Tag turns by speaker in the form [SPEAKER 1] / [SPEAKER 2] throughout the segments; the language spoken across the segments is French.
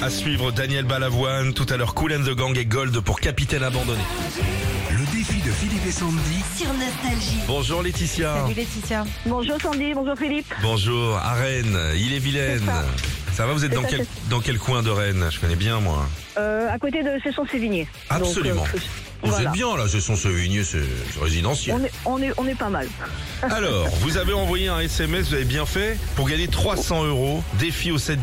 [SPEAKER 1] À suivre Daniel Balavoine, tout à l'heure Cool and the Gang et Gold pour Capitaine Abandonné.
[SPEAKER 2] Le défi de Philippe et Sandy.
[SPEAKER 3] sur Nostalgie.
[SPEAKER 1] Bonjour Laetitia.
[SPEAKER 4] Salut Laetitia.
[SPEAKER 5] Bonjour Sandy, bonjour Philippe.
[SPEAKER 1] Bonjour à Rennes, il est vilaine.
[SPEAKER 5] C'est ça.
[SPEAKER 1] Ça va, vous êtes
[SPEAKER 5] C'est
[SPEAKER 1] dans
[SPEAKER 5] ça,
[SPEAKER 1] quel, dans quel coin de Rennes Je connais bien moi.
[SPEAKER 5] Euh, à côté de Cesson-Sévigné.
[SPEAKER 1] Absolument.
[SPEAKER 5] Donc, euh,
[SPEAKER 1] Vous
[SPEAKER 5] voilà.
[SPEAKER 1] êtes bien là, ce sont Sevigné, c'est c'est résidentiel.
[SPEAKER 5] On est, on, est, on est pas mal.
[SPEAKER 1] Alors, vous avez envoyé un SMS, vous avez bien fait, pour gagner 300 euros, défi au 7-10-12.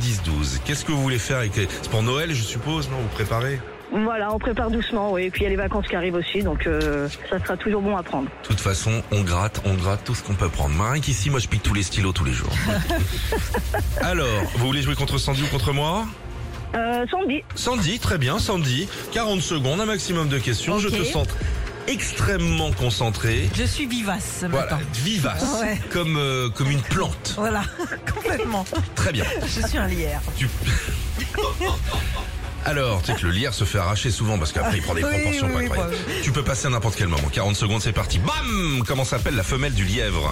[SPEAKER 1] Qu'est-ce que vous voulez faire avec les... C'est pour Noël, je suppose, non Vous préparez
[SPEAKER 5] Voilà, on prépare doucement, oui. Et puis il y a les vacances qui arrivent aussi, donc euh, ça sera toujours bon à prendre.
[SPEAKER 1] De toute façon, on gratte, on gratte tout ce qu'on peut prendre. Marin qu'ici, moi je pique tous les stylos tous les jours. Alors, vous voulez jouer contre Sandy ou contre moi
[SPEAKER 5] Euh, Sandy,
[SPEAKER 1] Sandy, très bien, Sandy. 40 secondes, un maximum de questions. Je
[SPEAKER 4] Ok.
[SPEAKER 1] te sens extrêmement concentré.
[SPEAKER 4] Je suis vivace ce
[SPEAKER 1] Voilà,
[SPEAKER 4] matin.
[SPEAKER 1] vivace,
[SPEAKER 4] Ouais.
[SPEAKER 1] comme, euh, comme une plante.
[SPEAKER 4] Voilà, complètement.
[SPEAKER 1] Très bien.
[SPEAKER 4] Je suis un lière.
[SPEAKER 1] Tu- Alors, tu sais que le lierre se fait arracher souvent parce qu'après il prend des
[SPEAKER 4] Oui,
[SPEAKER 1] proportions
[SPEAKER 4] oui,
[SPEAKER 1] pas
[SPEAKER 4] oui,
[SPEAKER 1] incroyables. Tu peux passer à n'importe quel moment. 40 secondes, c'est parti. Bam Comment s'appelle la femelle du lièvre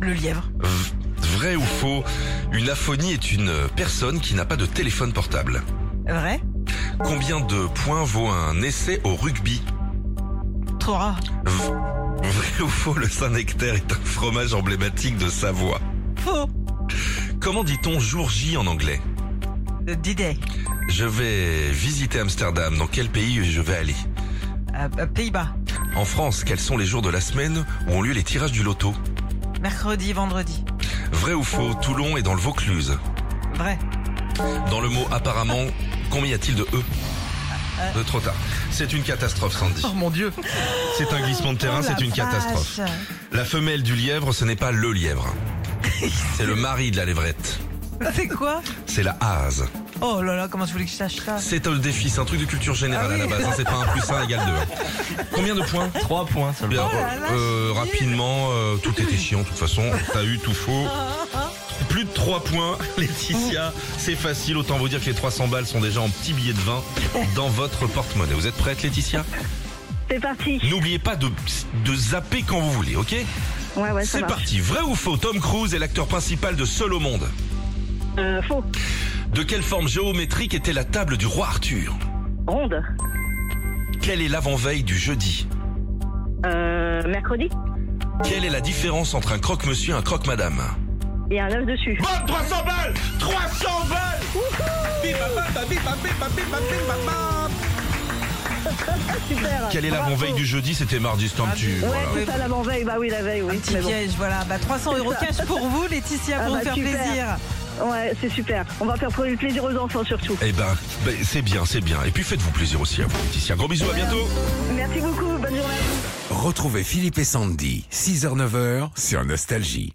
[SPEAKER 4] Le lièvre.
[SPEAKER 1] V- Vrai ou faux Une aphonie est une personne qui n'a pas de téléphone portable.
[SPEAKER 4] Vrai
[SPEAKER 1] Combien de points vaut un essai au rugby
[SPEAKER 4] Trop rare.
[SPEAKER 1] V- Vrai ou faux Le Saint-Nectaire est un fromage emblématique de Savoie.
[SPEAKER 4] Faux.
[SPEAKER 1] Comment dit-on jour J en anglais
[SPEAKER 4] Le D-Day.
[SPEAKER 1] Je vais visiter Amsterdam. Dans quel pays je vais aller
[SPEAKER 4] Euh, euh, Pays-Bas.
[SPEAKER 1] En France, quels sont les jours de la semaine où ont lieu les tirages du loto
[SPEAKER 4] Mercredi, vendredi.
[SPEAKER 1] Vrai ou faux, Toulon est dans le Vaucluse.
[SPEAKER 4] Vrai.
[SPEAKER 1] Dans le mot apparemment, combien y a-t-il de E De trop tard. C'est une catastrophe, Sandy.
[SPEAKER 4] Oh mon dieu.
[SPEAKER 1] C'est un glissement de terrain,
[SPEAKER 4] Oh, la
[SPEAKER 1] c'est une catastrophe.
[SPEAKER 4] vache.
[SPEAKER 1] La femelle du lièvre, ce n'est pas le lièvre. C'est le mari de la lévrette.
[SPEAKER 4] C'est quoi
[SPEAKER 1] C'est la hase.
[SPEAKER 4] Oh là là, comment tu voulais que je sache ça
[SPEAKER 1] C'est un défi, c'est un truc de culture générale
[SPEAKER 4] Ah
[SPEAKER 1] à la
[SPEAKER 4] oui.
[SPEAKER 1] base. hein, C'est pas un plus un égale deux. hein. Combien de points
[SPEAKER 6] 3 points seulement.
[SPEAKER 1] Bien,
[SPEAKER 4] Oh là là,
[SPEAKER 1] euh,
[SPEAKER 4] c'est nul.
[SPEAKER 1] rapidement, euh, tout était chiant de toute façon. T'as eu tout faux. Plus de 3 points, Laetitia. C'est facile, autant vous dire que les 300 balles sont déjà en petits billets de vin dans votre porte-monnaie. Vous êtes prête, Laetitia
[SPEAKER 5] c'est parti.
[SPEAKER 1] N'oubliez pas de, de zapper quand vous voulez, ok
[SPEAKER 5] Ouais, ouais, ça
[SPEAKER 1] C'est
[SPEAKER 5] marche.
[SPEAKER 1] parti. Vrai ou faux Tom Cruise est l'acteur principal de Seul au monde.
[SPEAKER 5] Euh, faux.
[SPEAKER 1] De quelle forme géométrique était la table du roi Arthur
[SPEAKER 5] Ronde.
[SPEAKER 1] Quelle est l'avant-veille du jeudi
[SPEAKER 5] Euh, mercredi.
[SPEAKER 1] Quelle est la différence entre un croque-monsieur et un croque-madame
[SPEAKER 5] Il y a un œuf dessus.
[SPEAKER 1] Bam, 300 balles 300 balles Bim, bam, bam, bam, bim, bam, bim, bam, bim, bam, bim, bam, bam.
[SPEAKER 5] Super.
[SPEAKER 1] Quelle est l'avant-veille du jeudi C'était mardi, c'est un petit...
[SPEAKER 5] Ouais,
[SPEAKER 1] voilà.
[SPEAKER 5] c'est ça l'avant-veille. Bah oui, la veille, oui.
[SPEAKER 4] Un petit
[SPEAKER 5] mais bon.
[SPEAKER 4] piège, voilà. Bah, 300 euros cash pour vous, Laetitia,
[SPEAKER 5] Ah
[SPEAKER 4] pour
[SPEAKER 5] bah,
[SPEAKER 4] vous faire
[SPEAKER 5] super.
[SPEAKER 4] plaisir.
[SPEAKER 5] Ouais, c'est super. On va faire plaisir aux enfants surtout.
[SPEAKER 1] Eh ben, ben, c'est bien, c'est bien. Et puis faites-vous plaisir aussi à vous, Laetitia. Gros bisous, à bientôt
[SPEAKER 5] Merci beaucoup. Bonne journée.
[SPEAKER 2] Retrouvez Philippe et Sandy, 6h-9h sur Nostalgie.